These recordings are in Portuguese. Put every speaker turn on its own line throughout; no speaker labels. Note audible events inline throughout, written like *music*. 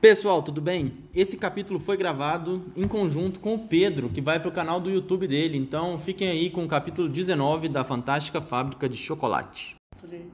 Pessoal, tudo bem? Esse capítulo foi gravado em conjunto com o Pedro, que vai para o canal do YouTube dele. Então fiquem aí com o capítulo 19 da Fantástica Fábrica de Chocolate.
Falei.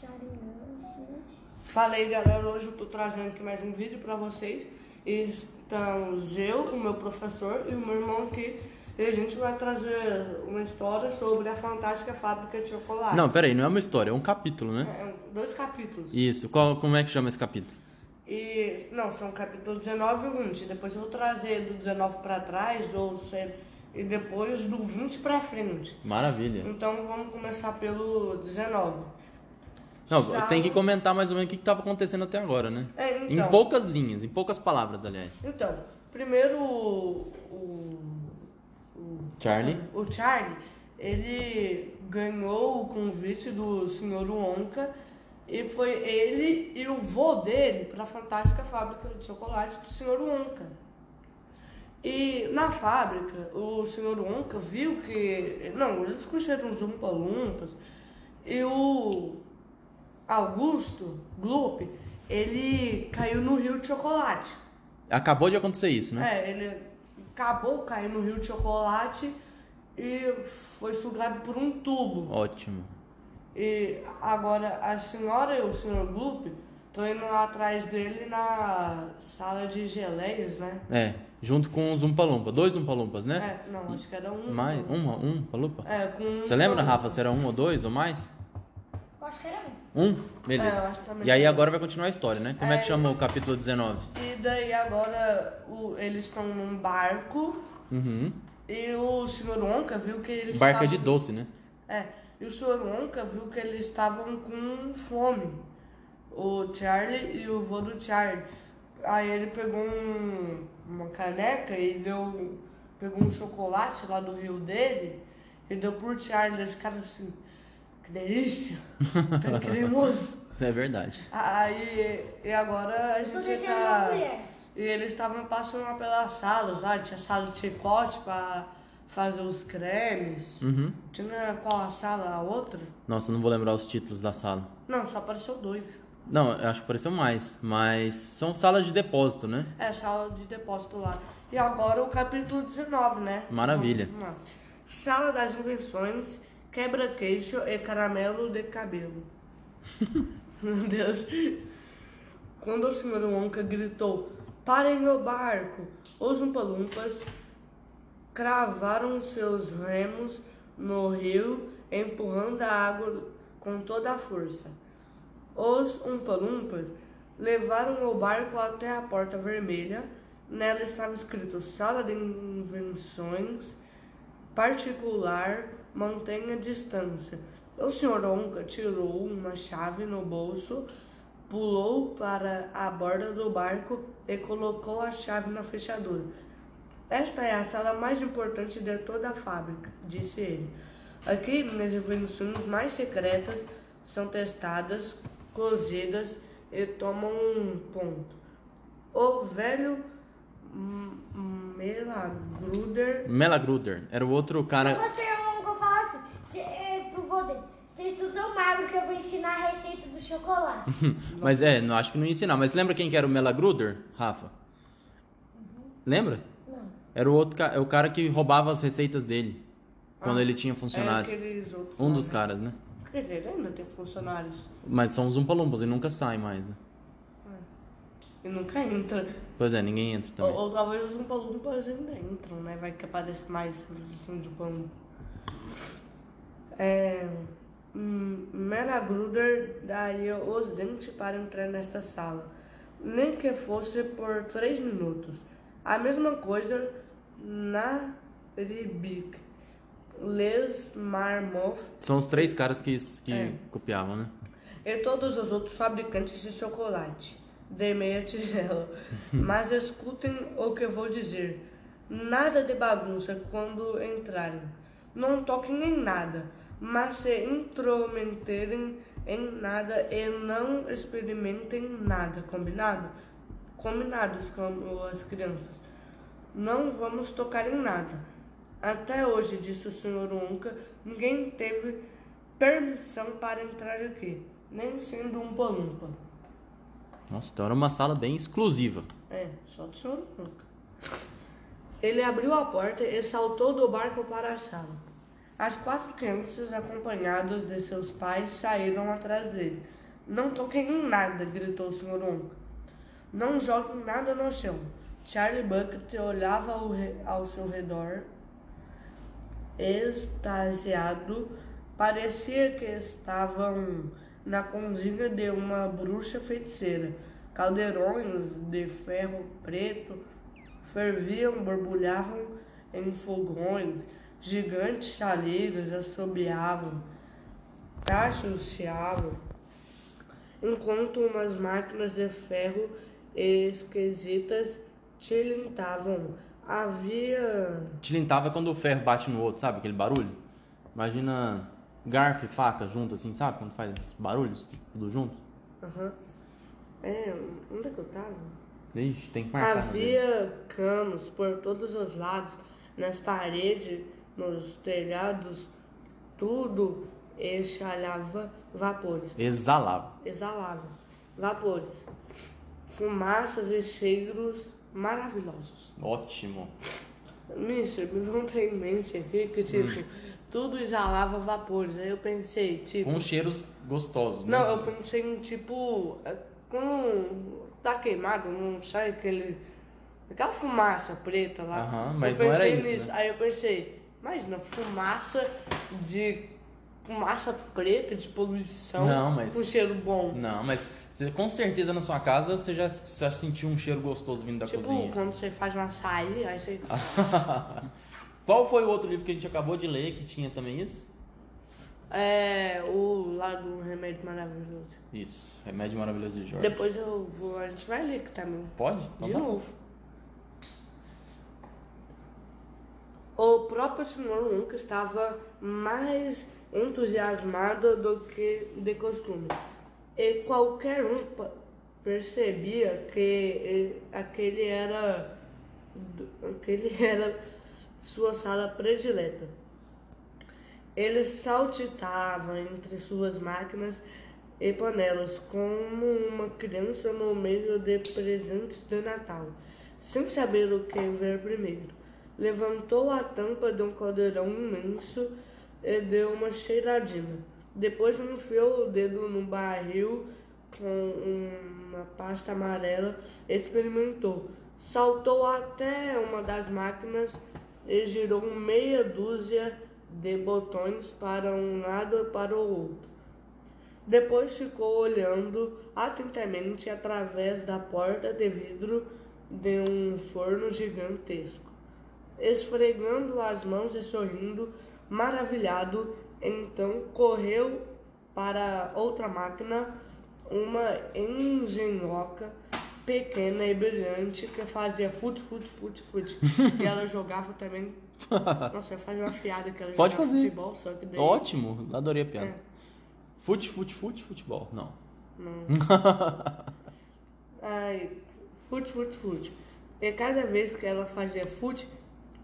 Chorinância.
Falei galera, hoje eu tô trazendo aqui mais um vídeo pra vocês. Estamos eu, o meu professor e o meu irmão aqui. E a gente vai trazer uma história sobre a fantástica fábrica de chocolate.
Não, peraí, não é uma história, é um capítulo, né?
É, dois capítulos.
Isso. Qual, como é que chama esse capítulo?
E não, são capítulo 19 e 20. Depois eu vou trazer do 19 pra trás ou sei, e depois do 20 pra frente.
Maravilha.
Então vamos começar pelo 19.
Não,
Já-
tem que comentar mais ou menos o que estava acontecendo até agora, né?
É,
Em
então.
poucas linhas, em poucas palavras, aliás.
Então, primeiro o- o- o
Charlie?
O Charlie, ele ganhou o convite do Sr. Wonka e foi ele e o vô dele para a fantástica fábrica de chocolates do Sr. Wonka. E na fábrica, o Sr. Wonka viu que... Não, eles conheceram os Umpa-Lumpas e o Augusto Gloop, ele caiu no rio de chocolate.
Acabou de acontecer isso, né?
É, ele acabou caindo no rio de chocolate e foi sugado por um tubo.
Ótimo.
E agora a senhora e o senhor Gloop estão indo lá atrás dele na sala de geleias, né?
É, junto com os Umpalumpa. Dois Umpalumpas, né?
É, não, acho que era um.
Mais, uma, um Umpalupa?
É, com
Você lembra, Rafa, se era um ou dois ou mais?
Eu acho que era um.
Um?
É, eu
Beleza.
acho que também
e aí
tem.
agora vai continuar a história, né? Como é, que
É,
chama o capítulo 19?
E daí agora o- eles estão num barco
Uhum.
e o senhor Wonka viu que eles
Barca de
estavam-
doce, né?
É, e o Sr. Wonka viu que eles estavam com fome. O Charlie e o vô do Charlie. Aí ele pegou um- uma caneca e deu. Pegou um chocolate lá do rio dele e deu pro Charlie. Eles ficaram assim, que delícia! Tá cremoso!
É verdade.
Aí e agora a
Tô
gente
deixando
tá.
uma colher.
E eles estavam passando lá pelas salas lá, tinha sala de chicote pra fazer os cremes.
Uhum.
Tinha qual a sala? A outra?
Nossa, eu não vou lembrar os títulos da sala.
Não, só apareceu dois.
Não, eu acho que pareceu mais, mas são salas de depósito, né?
É, sala de depósito lá. E agora o capítulo 19, né?
Maravilha.
Vamos lá. Sala das invenções, quebra-queixo e caramelo de cabelo. *laughs* Meu Deus. Quando o senhor Wonka gritou, parem meu barco, os umpalumpas cravaram seus remos no rio, empurrando a água com toda a força. Os umpalumpas levaram o barco até a porta vermelha. Nela estava escrito Sala de Invenções Particular Mantenha Distância. O senhor Onca tirou uma chave no bolso, pulou para a borda do barco e colocou a chave na fechadura. Esta é a sala mais importante de toda a fábrica, disse ele. Aqui minhas invenções mais secretas são testadas, cozidas e tomam um ponto. O velho M- Melagruder. é
Melagruder era o outro
Se
cara.
você é um nunca falasse se, é, pro vô dele, você estudou magro que eu vou ensinar a receita do chocolate.
mas é, não acho que não ia ensinar. Mas lembra quem que era o Melagruder, Rafa? Lembra?
Não.
Era o outro ca- é o cara que roubava as receitas dele quando ele tinha
É
funcionários.
aqueles outros.
Um
lá,
dos
né?
caras, né?
Quer dizer, ele ainda tem funcionários.
Mas são os umpalumpas, ele nunca sai mais, né?
E nunca entra.
Pois é, ninguém entra
Ou,
também.
ou talvez os Umpalumpas ainda entram, né? Vai que aparece mais assim de bambu. É, hum, Menagruder daria os dentes para entrar nesta sala, nem que fosse por três minutos. A mesma coisa na Ribic. Les Marmoth
São os três caras que, que
É.
copiavam, né?
e todos os outros fabricantes de chocolate. Dei meia tigela. Mas escutem o que eu vou dizer. Nada de bagunça quando entrarem. Não toquem em nada, mas se intrometerem em nada e não experimentem nada, combinado? Combinado, exclamou as crianças. Não vamos tocar em nada. Até hoje, disse o Sr. Wonka, ninguém teve permissão para entrar aqui, nem sendo um palumpa.
Nossa, então era uma sala bem exclusiva.
É, só do Sr. Franca. Ele abriu a porta e saltou do barco para a sala. As quatro crianças, acompanhadas de seus pais, saíram atrás dele. Não toquem em nada, gritou o Sr. Onca. Não joguem nada no chão. Charlie Bucket olhava ao, re- ao seu redor, extasiado. Parecia que estavam na cozinha de uma bruxa feiticeira. Caldeirões de ferro preto ferviam, borbulhavam em fogões. Gigantes chaleiras assobiavam, tachos chiavam enquanto umas máquinas de ferro esquisitas tilintavam. Havia.
Tilintava quando o ferro bate no outro, sabe? Aquele barulho. Imagina garfo e faca junto, assim, sabe? Quando faz esses barulhos, tudo junto.
Aham. É, onde é que eu tava?
Ixi, tem que marcar. né?
Havia canos por todos os lados, nas paredes, nos telhados, tudo exalhava vapores.
Exalava.
Exalava vapores. Fumaças e cheiros maravilhosos.
Ótimo.
Mister, me voltei em mente aqui que, tipo, tudo exalava vapores. Aí eu pensei, tipo.
Com cheiros gostosos, né?
Não, eu pensei em, tipo. é, Quando tá queimado, não sai aquele. Aquela fumaça preta lá.
Aham, mas
Eu
não era
pensei
isso, né?
Aí eu pensei, imagina, fumaça de. Fumaça preta de poluição.
Não, mas-
Com cheiro bom.
Não, mas você, com certeza na sua casa você já, já sentiu um cheiro gostoso vindo da
tipo,
cozinha.
quando você faz uma saída, aí você.
Qual foi o outro livro que a gente acabou de ler que tinha também isso? Ah.
É. O lá do remédio maravilhoso.
Isso, Remédio Maravilhoso de Jorge.
Depois eu vou, a gente vai ler que também.
Pode? Então
de
tá.
novo. O próprio senhor Wonka estava mais entusiasmado do que de costume. E qualquer um pa- percebia que eh, aquele era do- aquele *laughs* era sua sala predileta. Ele saltitava entre suas máquinas e panelas como uma criança no meio de presentes de Natal, sem saber o que ver primeiro. Levantou a tampa de um caldeirão imenso e deu uma cheiradinha. Depois enfiou o dedo no barril com uma pasta amarela, experimentou. Saltou até uma das máquinas e girou meia dúzia de botões para um lado e para o outro. Depois ficou olhando atentamente através da porta de vidro de um forno gigantesco, esfregando as mãos e sorrindo, maravilhado. Então correu para outra máquina, uma engenhoca pequena e brilhante que fazia fut, fut, fut,
*laughs*
fut. e ela jogava também. Nossa, eu ia fazer uma fiada que ela
Pode
jogava
fazer.
futebol, só que daí.
Ótimo, adorei a piada.
né? É.
Fute, fute, fute, futebol. Não.
Ai, fute, fute, fute. E cada vez que ela fazia fute,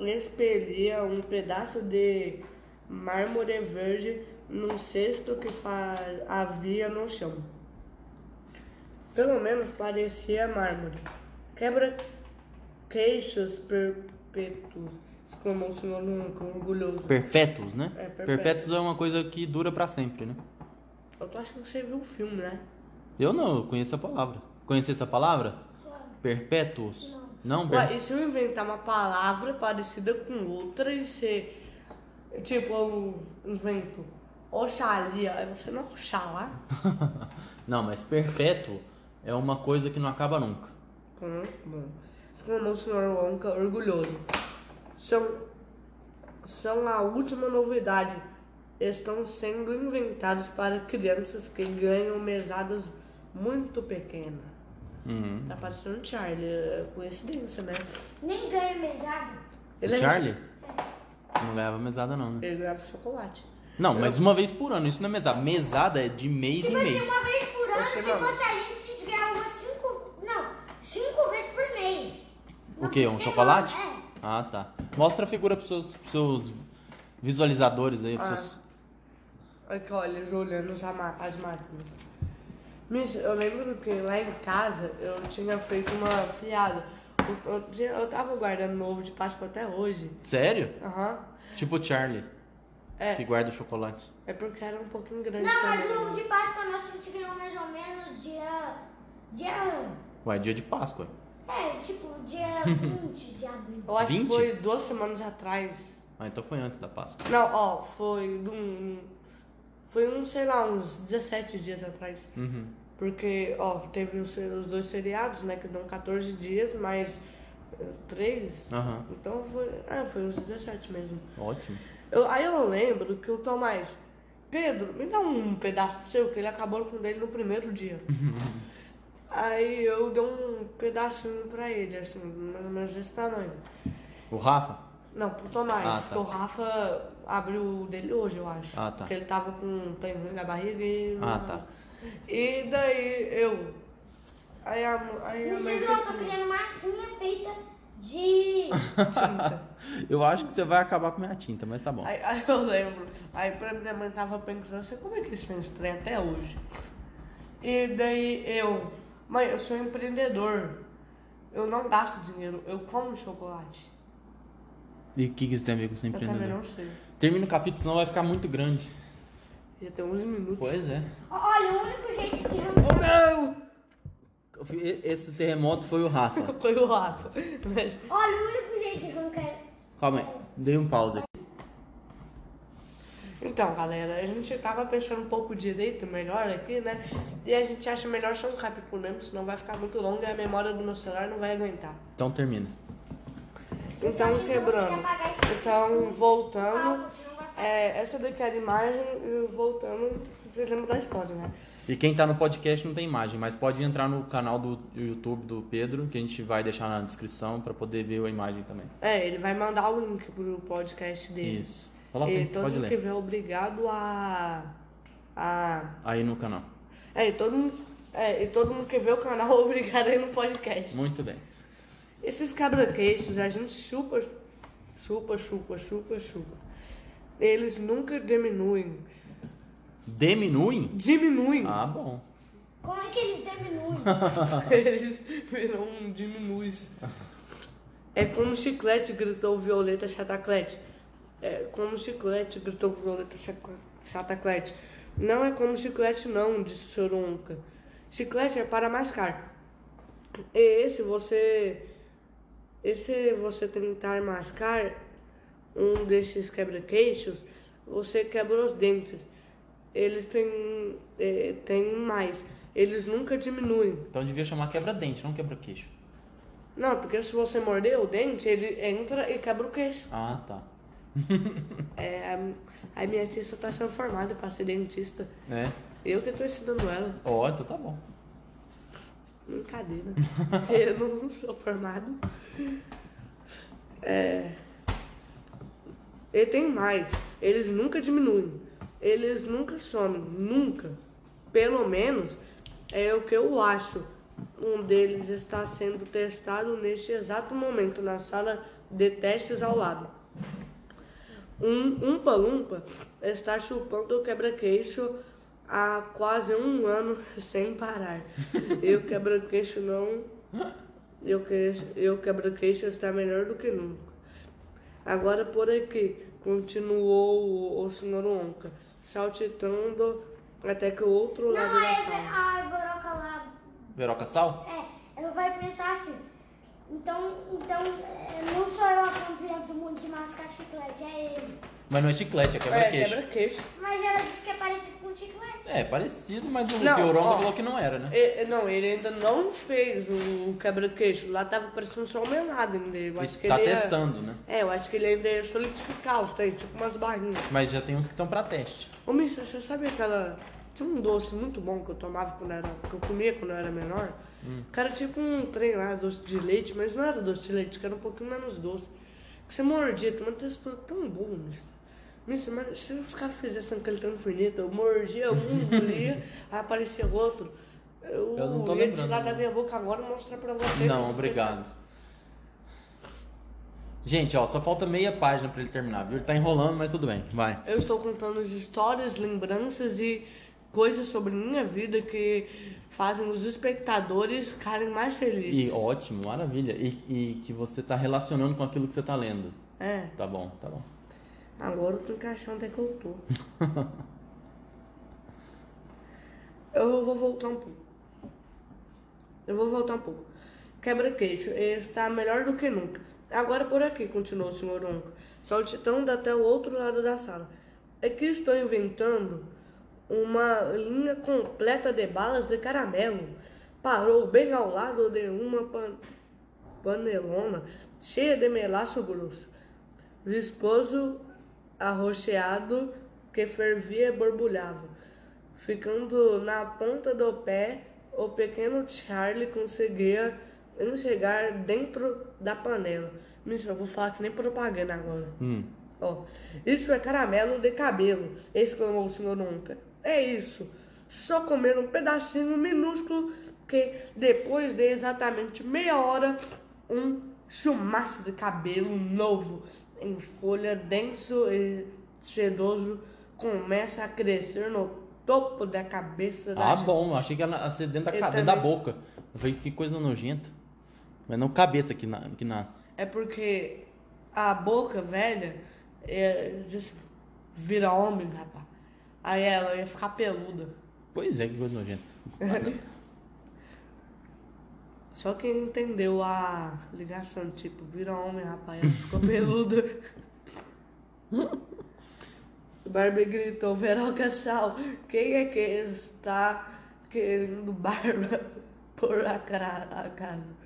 expelia um pedaço de mármore verde no cesto que fa- havia no chão. Pelo menos parecia mármore. Quebra queixos perpétuos, exclamou o senhor Nunca, orgulhoso.
Perpétuos, né?
É, perpétuos.
perpétuos é uma coisa que dura pra sempre, né?
Eu tô achando que você viu o filme, né?
Eu não, eu conheço a palavra. Conhece essa palavra?
Claro.
Perpétuos? Não, per-
Ué, e se eu inventar uma palavra parecida com outra e ser. Tipo, eu invento Oxalia, aí você não é Oxalá?
não, mas perpétuo é uma coisa que não acaba nunca.
Hum, bom. Exclamou o Sr. Wonka, é orgulhoso. São, são a última novidade. Estão sendo inventados para crianças que ganham mesadas muito pequenas.
Uhum.
Tá parecendo Charlie, é coincidência, né?
Nem ganha mesada.
O
é-
Charlie? Não ganhava mesada, não, né?
Ele ganhava chocolate.
Não, mas uma vez por ano, isso não é mesada. Mesada é de mês em mês.
Uma vez por ano,
Acho que
se
não.
fosse a gente, a gente ganhava umas cinco. Não, cinco vezes por mês.
O quê? Um
Sei lá,
chocolate?
É.
Ah, tá. Mostra a figura pros seus, pros seus visualizadores aí, pros
Ah.
seus...
Aqui, olha, eles olhando os ama- as máquinas. Miss, eu lembro que lá em casa eu tinha feito uma piada. Eu, eu, tinha- eu tava guardando meu ovo de Páscoa até hoje.
Sério?
Aham.
Tipo o Charlie,
É,
que guarda o chocolate.
é porque era um pouquinho grande
Não,
também.
mas o ovo de Páscoa nós a gente ganhou mais ou menos dia. dia. um.
Ué, dia de Páscoa.
É, tipo,
*laughs*
dia 20 de abril.
Eu acho
20?
que foi duas semanas atrás.
Ah, então foi antes da Páscoa.
Não, ó, foi de um. Foi um, sei lá, uns 17 dias atrás.
Uhum.
Porque, ó, teve os, os dois feriados, né? Que dão 14 dias, mais 3.
Aham.
Então foi. Ah, foi uns 17 mesmo.
Ótimo.
Eu- aí eu lembro que o Tomás, Pedro, me dá um pedaço seu, que ele acabou com o dele no primeiro dia.
*laughs*
aí eu dei um pedacinho pra ele, assim, mais ou menos desse tamanho.
O Rafa?
Não, pro Tomás,
Ah, tá.
porque o Rafa abriu o dele hoje, eu acho.
Ah, tá.
Porque ele tava com um pães na barriga e.
Ah, tá.
E daí eu. Aí a, mu- aí a mãe
Vocês
é
não, eu tô
fez
criando massinha feita de.
tinta.
Eu acho que você vai acabar com minha tinta, mas tá bom.
Aí, aí eu lembro. Aí pra minha mãe tava pensando assim, como é que eles fez trem até hoje? E daí eu, mãe, eu sou empreendedor. Eu não gasto dinheiro, eu como chocolate.
E o que que isso tem a ver com ser
Eu também
empreendedor?
não sei.
Termina o capítulo, senão vai ficar muito grande.
Já tem 11 minutos. *laughs*
Pois é.
Ó, Olha, o único jeito de
Oh,
arrancar.
E- Esse terremoto foi o Rafa.
Foi o rato. Mas
Olha, o único jeito de arrancar. é-
Calma aí, dei um pause aqui.
Então, galera, a gente tava pensando um pouco direito melhor aqui, né? E a gente acha melhor só um capítulo mesmo, senão vai ficar muito longo e a memória do meu celular não vai aguentar.
Então termina.
Então, quebrando. Então, voltando. É, essa daqui era a imagem e voltando, vocês lembram da história, né?
E quem tá no podcast não tem imagem, mas pode entrar no canal do YouTube do Pedro, que a gente vai deixar na descrição pra poder ver a imagem também.
É, ele vai mandar o link pro podcast dele.
Isso. Coloca
E
aí,
todo
pode
mundo que
ler.
vê é obrigado a. a
Aí no canal.
É, e todo mundo, é, e todo mundo que vê o canal, *laughs* obrigado aí no podcast.
Muito bem.
Esses quebra-queixos, a gente chupa, chupa, chupa, chupa, chupa. Eles nunca diminuem.
Diminuem?
Diminuem.
Ah, bom.
Como é que eles diminuem?
Eles viram um diminuis. É como chiclete gritou Violeta Chataclete. É como chiclete gritou Violeta Chac- Chataclete. Não é como chiclete não, disse Soronca. Chiclete é para mascar. E esse você... Esse você tentar mascar um desses quebra-queixos, você quebra os dentes. Eles têm, eh, têm mais. Eles nunca diminuem.
Então devia chamar quebra-dente, não quebra-queixo.
Não, porque se você morder o dente, ele entra e quebra o queixo.
Ah, tá.
É, a, a minha tia só tá sendo formada pra ser dentista.
É.
Eu que tô ensinando ela.
Ó, então tá bom.
Brincadeira. Eu não sou formado. É. E tem mais. Eles nunca diminuem. Eles nunca somem. Nunca. Pelo menos é o que eu acho. Um deles está sendo testado neste exato momento na sala de testes ao lado. Um umpa-lumpa está chupando o quebra-queixo há quase um ano sem parar. E o quebra-queixo não. E o que- e o quebra-queixo está melhor do que nunca. Agora por aqui, continuou o, o senhor Onca, saltitando até que o outro lado
Não, é Ah,
da
aí
sala.
a Iboroca lá.
Veroca Sal?
É, ela vai pensar assim. Então, então é, não sou eu a campeã do mundo de mascar chiclete, é ele.
Mas não é chiclete, é
É,
quebra-queixo.
quebra-queixo.
Mas ela disse que é parecido com chiclete.
É, parecido, mas o
Não,
Zeuronga
ó.
falou que não era, né?
E- e não, ele ainda não fez o quebra-queixo. Lá tava parecendo só uma melada ainda. Eu acho que
tá
ele ia-
testando, né?
É, eu acho que ele ainda ia solidificar os três, tipo umas barrinhas.
Mas já tem uns que estão pra teste.
Ô, Missa, você sabe aquela. Tinha um doce muito bom que eu tomava quando era. que eu comia quando eu era menor.
Hum.
Cara, tinha tipo um trem lá, doce de leite, mas não era doce de leite, que era um pouquinho menos doce. Que você mordia, tem uma textura tão boa, Missa. Missa, mas se os caras fizessem aquele trem infinito, eu mordia um,
*laughs*
engolia, aí aparecia outro. Eu,
Eu não tô
ia
lembrando,
tirar
não.
da minha boca agora e mostrar pra vocês.
Não, obrigado. Gente, ó, só falta meia página pra ele terminar, viu? Ele tá enrolando, mas tudo bem. Vai.
Eu estou contando as histórias, lembranças e coisas sobre minha vida que fazem os espectadores ficarem mais felizes.
E ótimo, maravilha. E, e que você tá relacionando com aquilo que você tá lendo.
É,
Tá bom, tá bom.
agora eu tô encaixando até que eu tô. eu vou voltar um pouco. Eu vou voltar um pouco. Quebra-queixo, ele está melhor do que nunca. Agora por aqui, continuou o Sr. Onca, saltitando até o outro lado da sala. Aqui estou inventando uma linha completa de balas de caramelo. Parou bem ao lado de uma pan- panelona cheia de melaço grosso, viscoso, arroxeado, que fervia e borbulhava. Ficando na ponta do pé, o pequeno Charlie conseguia enxergar dentro da panela. Michel, eu vou falar que nem propaganda agora.
Hum.
Ó, isso é caramelo de cabelo, exclamou o senhor Nunca. É isso. Só comer um pedacinho minúsculo que depois de exatamente meia hora, um chumaço de cabelo novo em folha denso e sedoso começa a crescer no topo da cabeça da
Ah,
gente.
bom, achei que ela ia ser dentro da,
Eu
ca- dentro da
também.
boca. Eu falei, que coisa nojenta. Mas não cabeça que, na- que nasce.
É porque a boca velha é, just- vira homem, rapaz. Aí ela ia ficar peluda.
Pois é, que coisa nojenta.
Só quem entendeu a ligação, tipo, vira homem, rapaz, ela ficou *laughs* peluda. Barbie gritou, Veroca Sal, quem é que está querendo barba *laughs* por acra- acaso?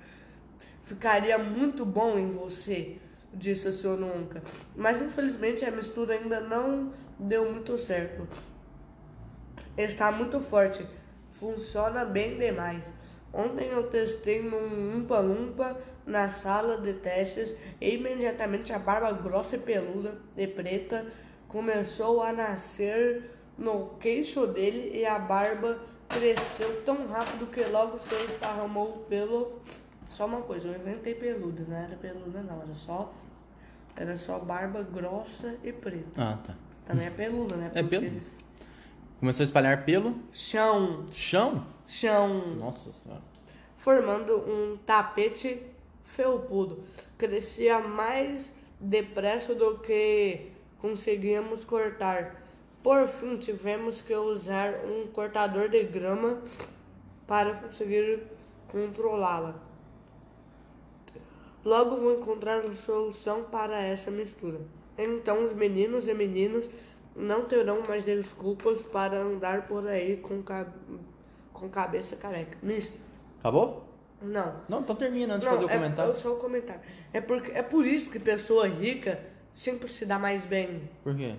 Ficaria muito bom em você, disse o senhor Nunca. Mas infelizmente a mistura ainda não deu muito certo. Está tá muito forte. Funciona bem demais. Ontem eu testei num umpa-lumpa na sala de testes e imediatamente a barba grossa e peluda e preta começou a nascer no queixo dele e a barba cresceu tão rápido que logo se esparramou pelo... Só uma coisa, eu inventei peluda, não era peluda não, era só, era só barba grossa e preta.
Ah, tá.
Também é peluda, né?
É
Porque-
pelo? Começou a espalhar pelo?
Chão,
Chão?
chão,
Nossa senhora.
formando um tapete felpudo. Crescia mais depressa do que conseguíamos cortar. Por fim, tivemos que usar um cortador de grama para conseguir controlá-la. Logo vou encontrar a solução para essa mistura. Então os meninos e meninas não terão mais desculpas para andar por aí com, cab- com cabeça careca. Miss,
Acabou?
não.
Não, então termina antes
não,
de fazer o
é,
comentário.
é só o comentário. É, porque, é por isso que pessoa rica sempre se dá mais bem.
Por quê?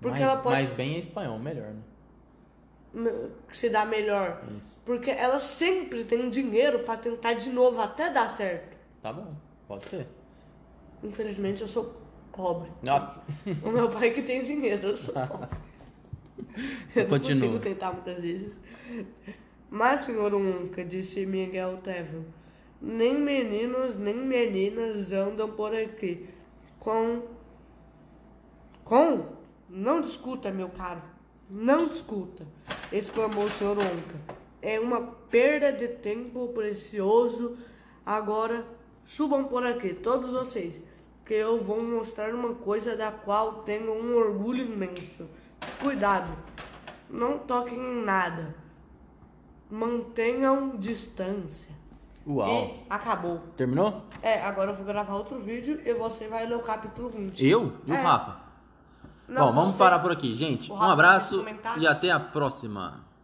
Porque
mais,
ela pode-
mais bem é espanhol, melhor, né? É
me- Se dá melhor.
Isso.
Porque ela sempre tem dinheiro para tentar de novo até dar certo.
Tá bom, pode ser.
Infelizmente eu sou
*laughs*
pobre.
Não.
O meu pai que tem dinheiro, eu sou
*laughs*
pobre. Eu não
Continua.
consigo tentar muitas vezes. Mas, senhor Unca, disse Miguel Tevil, nem meninos nem meninas andam por aqui. Com. Com? Não discuta, meu caro. Não discuta, exclamou o senhor Onca. É uma perda de tempo precioso. Agora subam por aqui, todos vocês, que eu vou mostrar uma coisa da qual tenho um orgulho imenso. Cuidado, não toquem em nada. Mantenham distância.
Uau.
E acabou.
Terminou?
É, agora eu vou gravar outro vídeo e você vai ler o capítulo 20.
Eu e o
É.
Rafa.
Não,
bom, vamos
você-
parar por aqui, gente.
O
Um
Rafa
abraço
vai comentar.
e até a próxima.